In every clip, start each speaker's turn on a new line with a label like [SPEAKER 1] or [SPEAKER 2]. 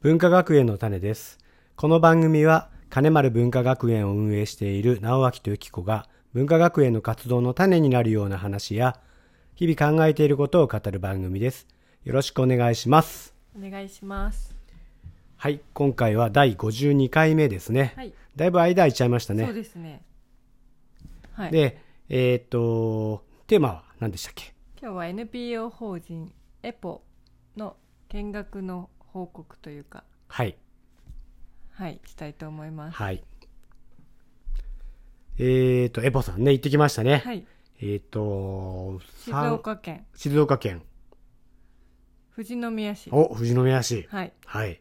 [SPEAKER 1] 文化学園の種です。この番組は金丸文化学園を運営している直脇とゆき子が文化学園の活動の種になるような話や日々考えていることを語る番組です。よろしくお願いします。
[SPEAKER 2] お願いします。
[SPEAKER 1] はい、今回は第52回目ですね。
[SPEAKER 2] はい。
[SPEAKER 1] だいぶ間空いちゃいましたね。
[SPEAKER 2] そうですね。はい。
[SPEAKER 1] で、えーっと、テーマは何でしたっけ
[SPEAKER 2] 今日は NPO 法人エポの見学の報告というか、
[SPEAKER 1] はい。
[SPEAKER 2] はい、したいと思います。
[SPEAKER 1] はい。えーっと、エポさんね、行ってきましたね。
[SPEAKER 2] はい。
[SPEAKER 1] えーっと、
[SPEAKER 2] 静
[SPEAKER 1] さん
[SPEAKER 2] 岡県
[SPEAKER 1] 静岡県。
[SPEAKER 2] 富士宮市。
[SPEAKER 1] お、富士宮市。
[SPEAKER 2] はい。
[SPEAKER 1] はい。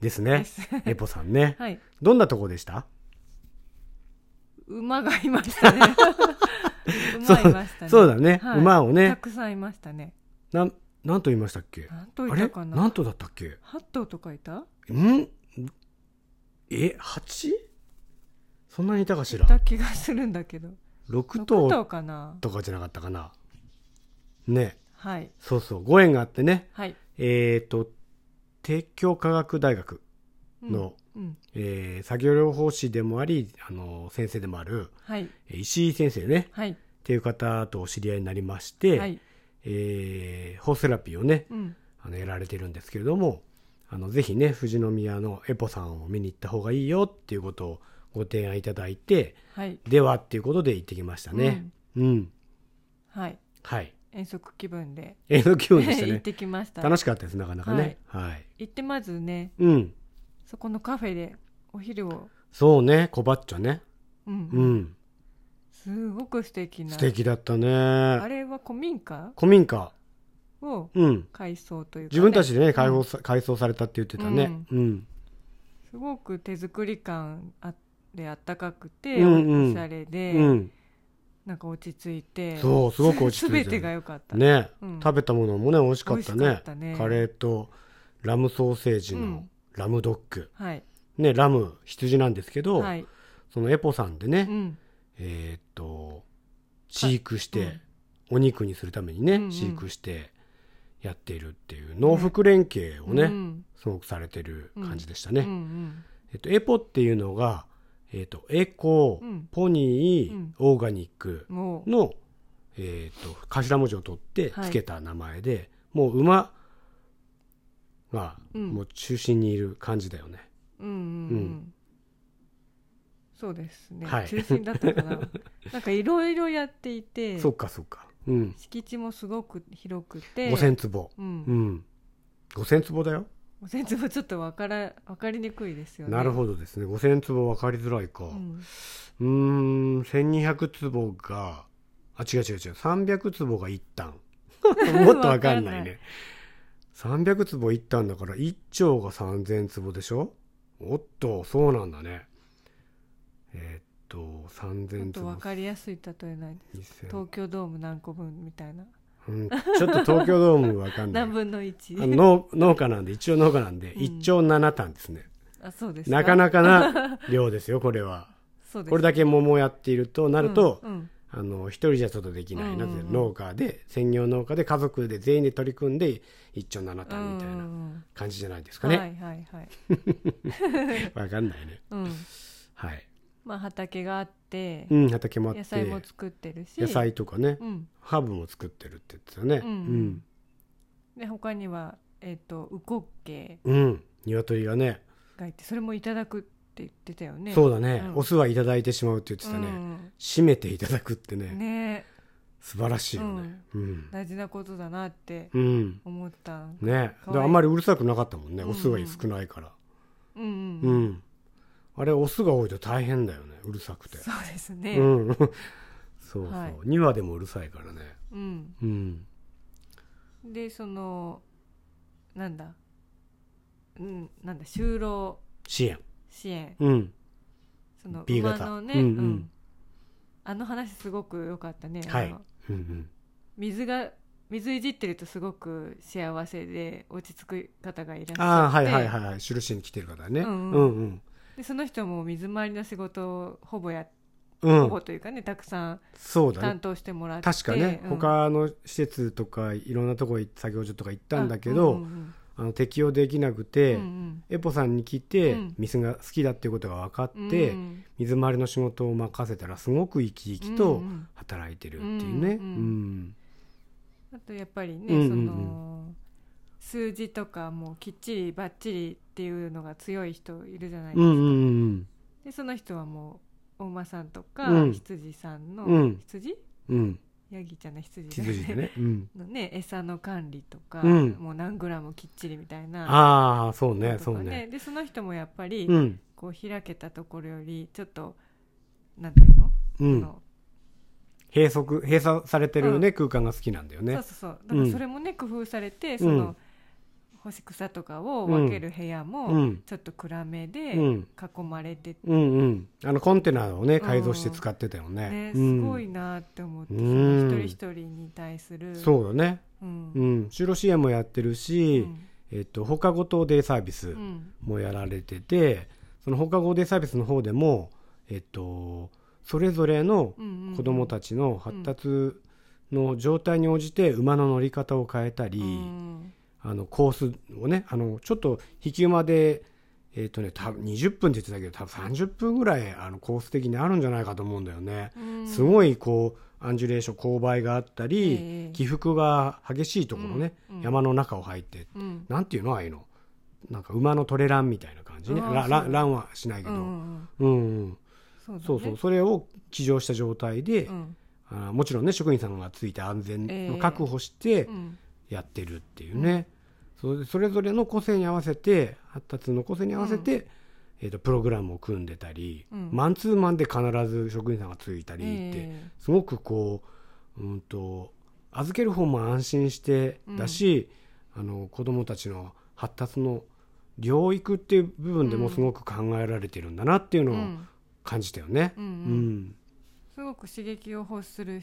[SPEAKER 1] です
[SPEAKER 2] で
[SPEAKER 1] ね。
[SPEAKER 2] す。
[SPEAKER 1] エポさんね。
[SPEAKER 2] はい。
[SPEAKER 1] どんなとこでした
[SPEAKER 2] 馬がいまし たね。馬いましたね。
[SPEAKER 1] そうだね
[SPEAKER 2] はい
[SPEAKER 1] 馬をね
[SPEAKER 2] たくさんいましたね。
[SPEAKER 1] なん、なんと言いましたっけ
[SPEAKER 2] 何頭い
[SPEAKER 1] あ
[SPEAKER 2] た
[SPEAKER 1] れ
[SPEAKER 2] か
[SPEAKER 1] な
[SPEAKER 2] なん
[SPEAKER 1] とだったっけ
[SPEAKER 2] ?8 頭とかいた
[SPEAKER 1] んえ、8? そんなにいたかし
[SPEAKER 2] い
[SPEAKER 1] ら
[SPEAKER 2] た気がするんだけど。
[SPEAKER 1] 6
[SPEAKER 2] 6頭
[SPEAKER 1] 頭
[SPEAKER 2] かな
[SPEAKER 1] とかじゃなかったかなね
[SPEAKER 2] はい。
[SPEAKER 1] そうそうご縁があってね
[SPEAKER 2] はい。
[SPEAKER 1] えっ、と帝京科学大学
[SPEAKER 2] うん
[SPEAKER 1] の。
[SPEAKER 2] うん。
[SPEAKER 1] えー作業療法士でもありあの先生でもある
[SPEAKER 2] はい。
[SPEAKER 1] えー石井先生ね
[SPEAKER 2] はい。
[SPEAKER 1] っていう方とお知り合いになりまして、
[SPEAKER 2] はい。
[SPEAKER 1] えーホースセラピーをね
[SPEAKER 2] うん。
[SPEAKER 1] あのやられてるんですけれどもあのぜひね富士宮のエポさんを見に行った方がいいよっていうことをご提案いただいて
[SPEAKER 2] はい。
[SPEAKER 1] ではっていうことで行ってきましたね。うん、
[SPEAKER 2] はい。
[SPEAKER 1] はい
[SPEAKER 2] 遠足気分で、
[SPEAKER 1] えの気分で した
[SPEAKER 2] 行っ
[SPEAKER 1] ね。
[SPEAKER 2] てきました。
[SPEAKER 1] 楽しかったですなかなかねはい、
[SPEAKER 2] 行ってまずね、
[SPEAKER 1] うん
[SPEAKER 2] そこのカフェでお昼を、
[SPEAKER 1] そうねコバッチョね
[SPEAKER 2] うん、
[SPEAKER 1] うん
[SPEAKER 2] すごく素敵な。
[SPEAKER 1] 素敵だった
[SPEAKER 2] あ
[SPEAKER 1] ね
[SPEAKER 2] れは古民家
[SPEAKER 1] 古民家
[SPEAKER 2] を
[SPEAKER 1] うん
[SPEAKER 2] 改装というか、
[SPEAKER 1] 自分たちでね
[SPEAKER 2] 開
[SPEAKER 1] 開
[SPEAKER 2] 放
[SPEAKER 1] 放さ、改装されたって言ってたねうん、
[SPEAKER 2] すごく手作り感あであったかくて、
[SPEAKER 1] うんうん
[SPEAKER 2] おしゃれ
[SPEAKER 1] う
[SPEAKER 2] で、
[SPEAKER 1] ん
[SPEAKER 2] なんか落ち着いて、
[SPEAKER 1] そうすごく落ち着いてる
[SPEAKER 2] すべてが良かった。
[SPEAKER 1] ね、
[SPEAKER 2] うん
[SPEAKER 1] 食べたものもね美味しかった
[SPEAKER 2] 美
[SPEAKER 1] ね
[SPEAKER 2] 味しかったね
[SPEAKER 1] カレーとラムソーセージ
[SPEAKER 2] う
[SPEAKER 1] の
[SPEAKER 2] ん
[SPEAKER 1] ラムドッグ、
[SPEAKER 2] はい。
[SPEAKER 1] ねラム羊なんですけど、
[SPEAKER 2] はい。
[SPEAKER 1] そのエポさんで
[SPEAKER 2] う
[SPEAKER 1] ね、
[SPEAKER 2] ん。
[SPEAKER 1] えーっと飼育して、
[SPEAKER 2] うん
[SPEAKER 1] お肉にするためにね、
[SPEAKER 2] うんうん
[SPEAKER 1] 飼育してやっているっていう農福連携をね、
[SPEAKER 2] うん。
[SPEAKER 1] すごくされてる感じでしたね、
[SPEAKER 2] うんうん
[SPEAKER 1] えっと、エポっていうのが、えっと、エコ、
[SPEAKER 2] うん
[SPEAKER 1] ポニー、
[SPEAKER 2] うん
[SPEAKER 1] オーガニック
[SPEAKER 2] もう、
[SPEAKER 1] の、えっと頭文字を取って
[SPEAKER 2] はい
[SPEAKER 1] つけた名前で、もう馬が
[SPEAKER 2] うん
[SPEAKER 1] もう中心にいる感じだよね、
[SPEAKER 2] うんうん
[SPEAKER 1] う
[SPEAKER 2] うんん、そうですね、
[SPEAKER 1] はい
[SPEAKER 2] 中心だった かななんかいろいろやっていて
[SPEAKER 1] そうかそうかうん
[SPEAKER 2] 敷地もすごく広くて
[SPEAKER 1] 5,000坪
[SPEAKER 2] う、
[SPEAKER 1] うんん5,000坪だよ、
[SPEAKER 2] 5000坪ちょっとわからわかりにくいですよね
[SPEAKER 1] なるほどですね5,000坪分かりづらいか、
[SPEAKER 2] うん
[SPEAKER 1] うーん、1200坪が、あ、違う違う違う、300坪が一 単。もっとわかんないね。300坪一単だから、1丁が3000坪でしょおっと、そうなんだね。えーっと、
[SPEAKER 2] もっ
[SPEAKER 1] 3000
[SPEAKER 2] と
[SPEAKER 1] 坪
[SPEAKER 2] わ、かりやすい例えない
[SPEAKER 1] 2000
[SPEAKER 2] 東京ドーム何個分みたいな
[SPEAKER 1] うん。ちょっと東京ドームわかんない。
[SPEAKER 2] 何分の
[SPEAKER 1] あの
[SPEAKER 2] 1
[SPEAKER 1] 農農家なんで、一応農家なんで、
[SPEAKER 2] うん
[SPEAKER 1] 一丁7単ですね。
[SPEAKER 2] あそうです
[SPEAKER 1] なかな
[SPEAKER 2] か
[SPEAKER 1] かな量ですよ、これは。
[SPEAKER 2] そうです
[SPEAKER 1] これだけ桃をやっているとなると、
[SPEAKER 2] うんうん
[SPEAKER 1] あの一人じゃちょっとできないなって、
[SPEAKER 2] うんうんうん
[SPEAKER 1] 農家で専業農家で家族で全員で取り組んで一丁七
[SPEAKER 2] う
[SPEAKER 1] 単みたいなん感じじゃないですか
[SPEAKER 2] うん
[SPEAKER 1] ね、
[SPEAKER 2] はいはいはい、
[SPEAKER 1] わかんないね
[SPEAKER 2] うん、
[SPEAKER 1] はい、
[SPEAKER 2] まあ畑があって
[SPEAKER 1] うん、畑もあって
[SPEAKER 2] 野菜も作ってるし
[SPEAKER 1] 野菜とかね、
[SPEAKER 2] うん、
[SPEAKER 1] ハーブも作ってるって言ってたね
[SPEAKER 2] うんで他にはえっ、とウコッケ
[SPEAKER 1] うん、うん、鶏がね
[SPEAKER 2] がいてそれもいただくって言ってたよね
[SPEAKER 1] そう
[SPEAKER 2] う
[SPEAKER 1] だね、
[SPEAKER 2] ん
[SPEAKER 1] お酢はいただいてしまうって言ってたね、締めていただくってね
[SPEAKER 2] んね
[SPEAKER 1] 素晴らしいよねうん、
[SPEAKER 2] 大事なことだなって
[SPEAKER 1] うん
[SPEAKER 2] 思ったうん
[SPEAKER 1] ね
[SPEAKER 2] かわいい
[SPEAKER 1] であんまりうるさくなかったもんね、お酢が
[SPEAKER 2] うんうん
[SPEAKER 1] 少ないから
[SPEAKER 2] うん、、
[SPEAKER 1] うんん、あれオスが多いと大変だよねうるさくて
[SPEAKER 2] そうです
[SPEAKER 1] う
[SPEAKER 2] ね、うん
[SPEAKER 1] ん そうそう、
[SPEAKER 2] はい
[SPEAKER 1] 2話でもうるさいからねうん
[SPEAKER 2] でそのなんだうんなんだ就労
[SPEAKER 1] 支援
[SPEAKER 2] 支援
[SPEAKER 1] うん
[SPEAKER 2] その
[SPEAKER 1] B
[SPEAKER 2] 馬
[SPEAKER 1] 型
[SPEAKER 2] のね、
[SPEAKER 1] うんうん
[SPEAKER 2] あの話すごく良かったね、
[SPEAKER 1] はい
[SPEAKER 2] あの
[SPEAKER 1] うんうん
[SPEAKER 2] 水が水いじってるとすごく幸せで落ち着く方がいらっしゃって
[SPEAKER 1] ああはいはいはいはい印に来てる方ねう
[SPEAKER 2] うんん
[SPEAKER 1] う
[SPEAKER 2] うんでその人も水回りの仕事をほぼや、
[SPEAKER 1] うん、
[SPEAKER 2] ほぼというかねたくさん
[SPEAKER 1] そうだ
[SPEAKER 2] 担
[SPEAKER 1] ね
[SPEAKER 2] 当してもらって
[SPEAKER 1] 確かね、
[SPEAKER 2] うん
[SPEAKER 1] 他の施設とかいろんなとこ行作業所とか行ったんだけど、
[SPEAKER 2] あうんうん
[SPEAKER 1] あの適用できなくて、
[SPEAKER 2] うん
[SPEAKER 1] エポさんに来て、
[SPEAKER 2] うん
[SPEAKER 1] 水が好きだっていうことが分かっ
[SPEAKER 2] うん
[SPEAKER 1] て、
[SPEAKER 2] うん
[SPEAKER 1] 水回りの仕事を任せたらすごく生き生き
[SPEAKER 2] う
[SPEAKER 1] と
[SPEAKER 2] んうん
[SPEAKER 1] 働いてるっていうね。
[SPEAKER 2] うんうんあとやっぱりね、
[SPEAKER 1] うんうんうん
[SPEAKER 2] その数字とかもきっちりばっちりっていうのが強い人いるじゃないで
[SPEAKER 1] う
[SPEAKER 2] すか、
[SPEAKER 1] んうん
[SPEAKER 2] でその人はもうお馬さんとか、
[SPEAKER 1] うん
[SPEAKER 2] 羊さんの、
[SPEAKER 1] うん
[SPEAKER 2] 羊
[SPEAKER 1] うんうん
[SPEAKER 2] ヤギちゃんの羊
[SPEAKER 1] 気づいてね。うん、
[SPEAKER 2] のね餌の管理とか、
[SPEAKER 1] うん
[SPEAKER 2] もう何グラムきっちりみたいな
[SPEAKER 1] ああそう
[SPEAKER 2] の
[SPEAKER 1] ね
[SPEAKER 2] と
[SPEAKER 1] そ
[SPEAKER 2] か
[SPEAKER 1] うね。
[SPEAKER 2] でその人もやっぱり、
[SPEAKER 1] うん
[SPEAKER 2] こう開けたところよりちょっとなんていうの,、
[SPEAKER 1] う
[SPEAKER 2] あ
[SPEAKER 1] ん
[SPEAKER 2] の
[SPEAKER 1] 閉塞閉鎖されてるね、
[SPEAKER 2] う
[SPEAKER 1] 空間が好きなんだよ
[SPEAKER 2] そ
[SPEAKER 1] ね
[SPEAKER 2] う。そうそうだから
[SPEAKER 1] うん
[SPEAKER 2] それもね工夫されて、
[SPEAKER 1] う
[SPEAKER 2] その
[SPEAKER 1] ん
[SPEAKER 2] 干し草とかを分ける部屋も、
[SPEAKER 1] うん
[SPEAKER 2] ちょっと暗めで
[SPEAKER 1] うん
[SPEAKER 2] 囲まれてて、
[SPEAKER 1] うんうんあのコンテナをね改造して使ってたよね
[SPEAKER 2] ね。
[SPEAKER 1] う
[SPEAKER 2] す
[SPEAKER 1] ん
[SPEAKER 2] ごいなって思って、
[SPEAKER 1] うん
[SPEAKER 2] その一人一人に対する
[SPEAKER 1] そうだね。
[SPEAKER 2] うん、う
[SPEAKER 1] うんん就労支援もやってる
[SPEAKER 2] う
[SPEAKER 1] し、
[SPEAKER 2] ん
[SPEAKER 1] えっと放課後等デイサービスもやられてて、その放課後デイサービスの方でもえっとそれぞれの
[SPEAKER 2] うんうん
[SPEAKER 1] 子ども
[SPEAKER 2] ち
[SPEAKER 1] たちの発達の状態に応じて馬の乗り方を変えたり、
[SPEAKER 2] うん
[SPEAKER 1] あのコースをねあのちょっと引き馬で、えっとね、多分20分って言ってたけど多分30分ぐらいあのコース的にあるんじゃないかと思うんだよね。
[SPEAKER 2] うん
[SPEAKER 1] すごいこうアンジュレーション勾配があったり、
[SPEAKER 2] ええ
[SPEAKER 1] 起伏が激しいところね、
[SPEAKER 2] うんうん
[SPEAKER 1] 山の中を入って
[SPEAKER 2] うん
[SPEAKER 1] なんていうのああいうのなんか馬のトレランみたいな感じね
[SPEAKER 2] あー
[SPEAKER 1] ララ
[SPEAKER 2] そう
[SPEAKER 1] ランはしないけ
[SPEAKER 2] う
[SPEAKER 1] ど、うん
[SPEAKER 2] ん
[SPEAKER 1] うん
[SPEAKER 2] うん
[SPEAKER 1] そうそうそれを騎乗した状態で、
[SPEAKER 2] だねうん
[SPEAKER 1] あーもちろんね職員さんがついて安全の確保して
[SPEAKER 2] うん
[SPEAKER 1] やってるっていうね、それそれぞれの個性に合わせて発達の個性に合わせて、えー、とプログラムを組んでたり、
[SPEAKER 2] うん
[SPEAKER 1] マンツーマンで必ず職員さんがついたりって、
[SPEAKER 2] え
[SPEAKER 1] すごくこう、うん、と預ける方も安心してだし、あの子どもたちの発達の療育っていう部分でもすごく考えられてるんだなっていう
[SPEAKER 2] え
[SPEAKER 1] の
[SPEAKER 2] う
[SPEAKER 1] を
[SPEAKER 2] ん
[SPEAKER 1] 感じたよね。
[SPEAKER 2] う
[SPEAKER 1] うん
[SPEAKER 2] うん
[SPEAKER 1] ん
[SPEAKER 2] すごく刺激を欲する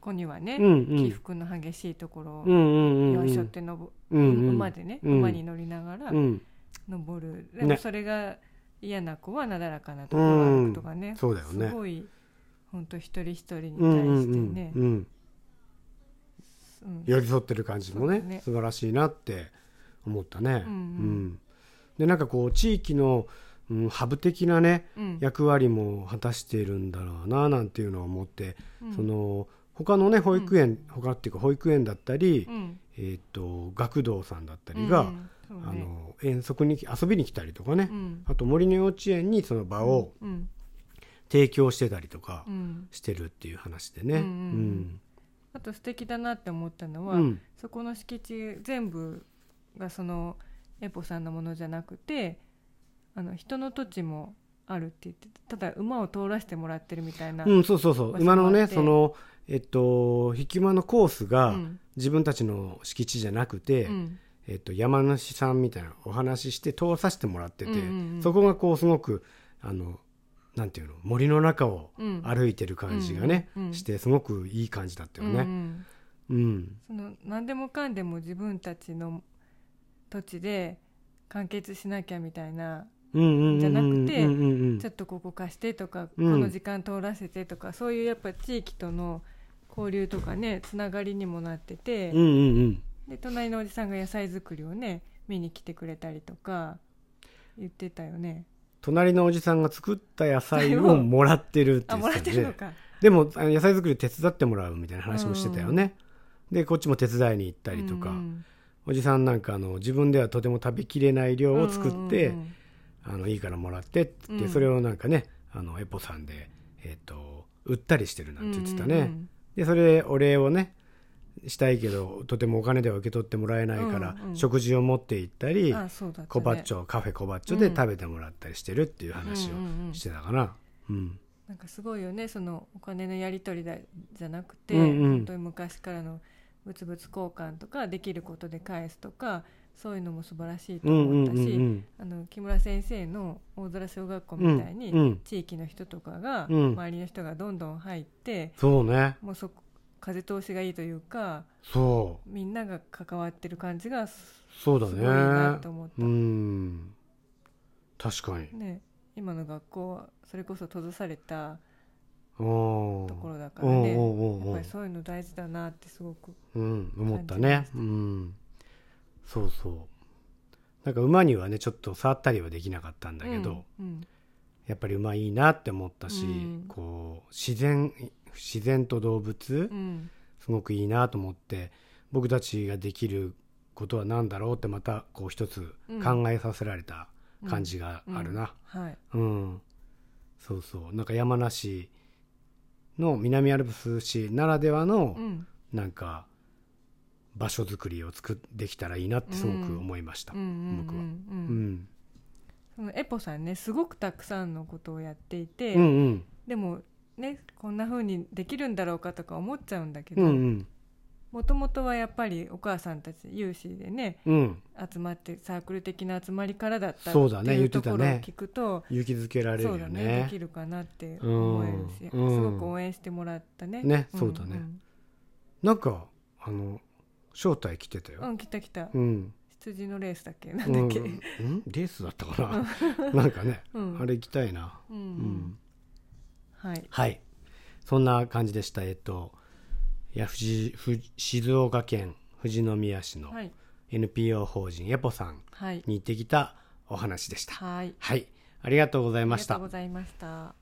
[SPEAKER 2] 子にはね、
[SPEAKER 1] うんうん
[SPEAKER 2] 起伏の激しいところを、
[SPEAKER 1] うんうん
[SPEAKER 2] よ
[SPEAKER 1] うん
[SPEAKER 2] いしょってのぼ、
[SPEAKER 1] うんうん
[SPEAKER 2] 馬でね、
[SPEAKER 1] うん
[SPEAKER 2] 馬に乗りながら
[SPEAKER 1] うん
[SPEAKER 2] 登る、
[SPEAKER 1] ね
[SPEAKER 2] でもそれが嫌な子はなだらかなところを歩くとかね、
[SPEAKER 1] うんそうだよね
[SPEAKER 2] すごい本当一人一人に対
[SPEAKER 1] うんう
[SPEAKER 2] してね
[SPEAKER 1] ん、うん
[SPEAKER 2] うん
[SPEAKER 1] 寄り添ってる感じも
[SPEAKER 2] そうだね
[SPEAKER 1] ね素晴らしいなって思ったね。
[SPEAKER 2] うんうん
[SPEAKER 1] うんでなんかこう地域の、うん、ハブ的なね
[SPEAKER 2] うん
[SPEAKER 1] 役割も果たしているんだろうななんていうのを思って、
[SPEAKER 2] うん
[SPEAKER 1] その他のね保育園、他っていうか保育園だったり、
[SPEAKER 2] うん
[SPEAKER 1] えっと学童さんだった
[SPEAKER 2] う
[SPEAKER 1] り
[SPEAKER 2] ん
[SPEAKER 1] が、
[SPEAKER 2] そうね
[SPEAKER 1] あの遠足に遊びに来たりとかね、
[SPEAKER 2] うん
[SPEAKER 1] あと森の幼稚園にその場を
[SPEAKER 2] うん
[SPEAKER 1] 提供してたりとか
[SPEAKER 2] うん
[SPEAKER 1] してるっていう話でね。
[SPEAKER 2] うんうんあと素敵だなって思ったの
[SPEAKER 1] う
[SPEAKER 2] は、
[SPEAKER 1] んうん
[SPEAKER 2] そこの敷地全部がそのエポさんのものじゃなくてあの人の土地もあるって言ってただ馬を通らせてもらってるみたいな、
[SPEAKER 1] うん、そうそうそう
[SPEAKER 2] 場所
[SPEAKER 1] 今の
[SPEAKER 2] もあ
[SPEAKER 1] ね
[SPEAKER 2] って
[SPEAKER 1] そのえっと引き馬のコース
[SPEAKER 2] う
[SPEAKER 1] が
[SPEAKER 2] ん
[SPEAKER 1] 自分たちの敷地じゃなくて、
[SPEAKER 2] うん
[SPEAKER 1] えっと、山主さんみたいなお話しして通させてもらってて、
[SPEAKER 2] うんうんうん
[SPEAKER 1] そこがこうすごくあのなんていうの森の中を
[SPEAKER 2] うん
[SPEAKER 1] 歩いてる感じがね、
[SPEAKER 2] うんうん
[SPEAKER 1] してすごくいい感じだったよ
[SPEAKER 2] うんう
[SPEAKER 1] ね。
[SPEAKER 2] ん
[SPEAKER 1] うん、
[SPEAKER 2] その何でもかんでも自分たちの土地で完結しなきゃみたいな
[SPEAKER 1] うん、うんうんうん
[SPEAKER 2] じゃなくて
[SPEAKER 1] うんうんうん
[SPEAKER 2] ちょっとここ貸してとか、
[SPEAKER 1] うん
[SPEAKER 2] この時間通らせてとかそういうやっぱ地域との交流とかねつながりにもなってて。
[SPEAKER 1] うんうんうん
[SPEAKER 2] で隣のおじさんが野菜作りをね見に来てくれたりとか言ってたよね
[SPEAKER 1] 隣のおじさんが作った野菜をもらってるって
[SPEAKER 2] あ
[SPEAKER 1] 言
[SPEAKER 2] もら
[SPEAKER 1] っ
[SPEAKER 2] って
[SPEAKER 1] た
[SPEAKER 2] て
[SPEAKER 1] よ
[SPEAKER 2] るの
[SPEAKER 1] ね。
[SPEAKER 2] か
[SPEAKER 1] でもあの野菜作り手伝ってもらうみたいな話もしてたよね。でこっちも手伝いに行ったりとか、
[SPEAKER 2] うん
[SPEAKER 1] おじさんなんかあの自分ではとても食べきれない量
[SPEAKER 2] うん
[SPEAKER 1] を作って、
[SPEAKER 2] うんうん
[SPEAKER 1] あのいいからもらってって言って、
[SPEAKER 2] うん
[SPEAKER 1] それをなんかねあのエポさんで、えっと売ったりしてるなんて言ってたね、
[SPEAKER 2] うんうん
[SPEAKER 1] でそれお礼をねしたいけどとてもお金では受け取ってもらえないから、
[SPEAKER 2] うんうん
[SPEAKER 1] 食事を持って行った
[SPEAKER 2] う
[SPEAKER 1] り
[SPEAKER 2] んあそうだったね
[SPEAKER 1] コバッチョカフェコバッチョで食べてもらったりしてるっていう話
[SPEAKER 2] うんうんう
[SPEAKER 1] を
[SPEAKER 2] ん
[SPEAKER 1] してたかな。うん
[SPEAKER 2] なんかすごいよねそのお金のやり取りだじゃなくて、
[SPEAKER 1] うんうん
[SPEAKER 2] 本当に昔からの物々交換とかできることで返すとかそういうのも素晴らしいと
[SPEAKER 1] うん
[SPEAKER 2] 思っ
[SPEAKER 1] うん
[SPEAKER 2] たし、
[SPEAKER 1] うん
[SPEAKER 2] あの木村先生の大空小学校
[SPEAKER 1] うんうん
[SPEAKER 2] みたいに、
[SPEAKER 1] うん
[SPEAKER 2] 地域の人とかが、
[SPEAKER 1] うん
[SPEAKER 2] 周りの人がどんどん入って、
[SPEAKER 1] そうね
[SPEAKER 2] もうそこ風通しがいいというか
[SPEAKER 1] そう
[SPEAKER 2] みんなが関わってる感じがす
[SPEAKER 1] そうだ
[SPEAKER 2] すごいな
[SPEAKER 1] ね
[SPEAKER 2] と思った、
[SPEAKER 1] うん確かに
[SPEAKER 2] ね、今の学校はそれこそ閉ざされた
[SPEAKER 1] とこと
[SPEAKER 2] ころだからね
[SPEAKER 1] おうおうおうおう
[SPEAKER 2] やっぱりそういうの大事だなってすごく
[SPEAKER 1] うん、思った
[SPEAKER 2] 感じま
[SPEAKER 1] ね
[SPEAKER 2] し。
[SPEAKER 1] うん、そうそなんか馬にはねちょっと触ったりはできなかったんだけど、
[SPEAKER 2] うん
[SPEAKER 1] やっぱり馬いいなって思ったし、
[SPEAKER 2] うん
[SPEAKER 1] こう自然自然と動物
[SPEAKER 2] うんうん
[SPEAKER 1] すごくいいなと思って僕たちができることは何だろうってまたこう一つ考えさせられた感じがあるな。
[SPEAKER 2] はい
[SPEAKER 1] うん、そうそうなんか山梨の南アルプス市ならではの
[SPEAKER 2] うん
[SPEAKER 1] なんか場所づくりを作っできたらいいなってすごく思いました。
[SPEAKER 2] うんうん
[SPEAKER 1] 僕
[SPEAKER 2] う
[SPEAKER 1] は
[SPEAKER 2] んう
[SPEAKER 1] うんん、
[SPEAKER 2] そのエポさんねすごくたくさんのことをやっていて、
[SPEAKER 1] うん、うん、
[SPEAKER 2] でもねこんな風にできるんだろうかとか思っちゃうんだけ
[SPEAKER 1] う
[SPEAKER 2] ど
[SPEAKER 1] ん、うん、
[SPEAKER 2] もともとはやっぱりお母さんたち有志でね
[SPEAKER 1] うん、
[SPEAKER 2] 集まってサークル的な集まりからだったって
[SPEAKER 1] そうだね
[SPEAKER 2] い
[SPEAKER 1] 言って
[SPEAKER 2] うと
[SPEAKER 1] た
[SPEAKER 2] ころ
[SPEAKER 1] ね
[SPEAKER 2] を聞くと、
[SPEAKER 1] 勇気づけられる
[SPEAKER 2] そ
[SPEAKER 1] よ
[SPEAKER 2] うだねでき
[SPEAKER 1] ね。
[SPEAKER 2] るかなって思えるし、
[SPEAKER 1] うん
[SPEAKER 2] すごく応援してもらったね。
[SPEAKER 1] ね
[SPEAKER 2] ん
[SPEAKER 1] そうだねなんかあの招待来てた
[SPEAKER 2] うん、う
[SPEAKER 1] よ。
[SPEAKER 2] ん来た来た、
[SPEAKER 1] うん、
[SPEAKER 2] 羊のレースだっけな
[SPEAKER 1] うん
[SPEAKER 2] だっ
[SPEAKER 1] ん、
[SPEAKER 2] け、
[SPEAKER 1] うんレースだったかな。なんかね、
[SPEAKER 2] うん
[SPEAKER 1] あれ行きたいな。
[SPEAKER 2] うん
[SPEAKER 1] うん、
[SPEAKER 2] はい、
[SPEAKER 1] はい。そんな感じでした。えっと、いや、富士富静岡県富士宮市の
[SPEAKER 2] はい
[SPEAKER 1] NPO 法人エポさん
[SPEAKER 2] はい
[SPEAKER 1] に行ってきたお話でした。
[SPEAKER 2] はい
[SPEAKER 1] はい。ありがとうござい
[SPEAKER 2] あり
[SPEAKER 1] ま
[SPEAKER 2] が
[SPEAKER 1] し
[SPEAKER 2] と
[SPEAKER 1] た
[SPEAKER 2] う。ございました。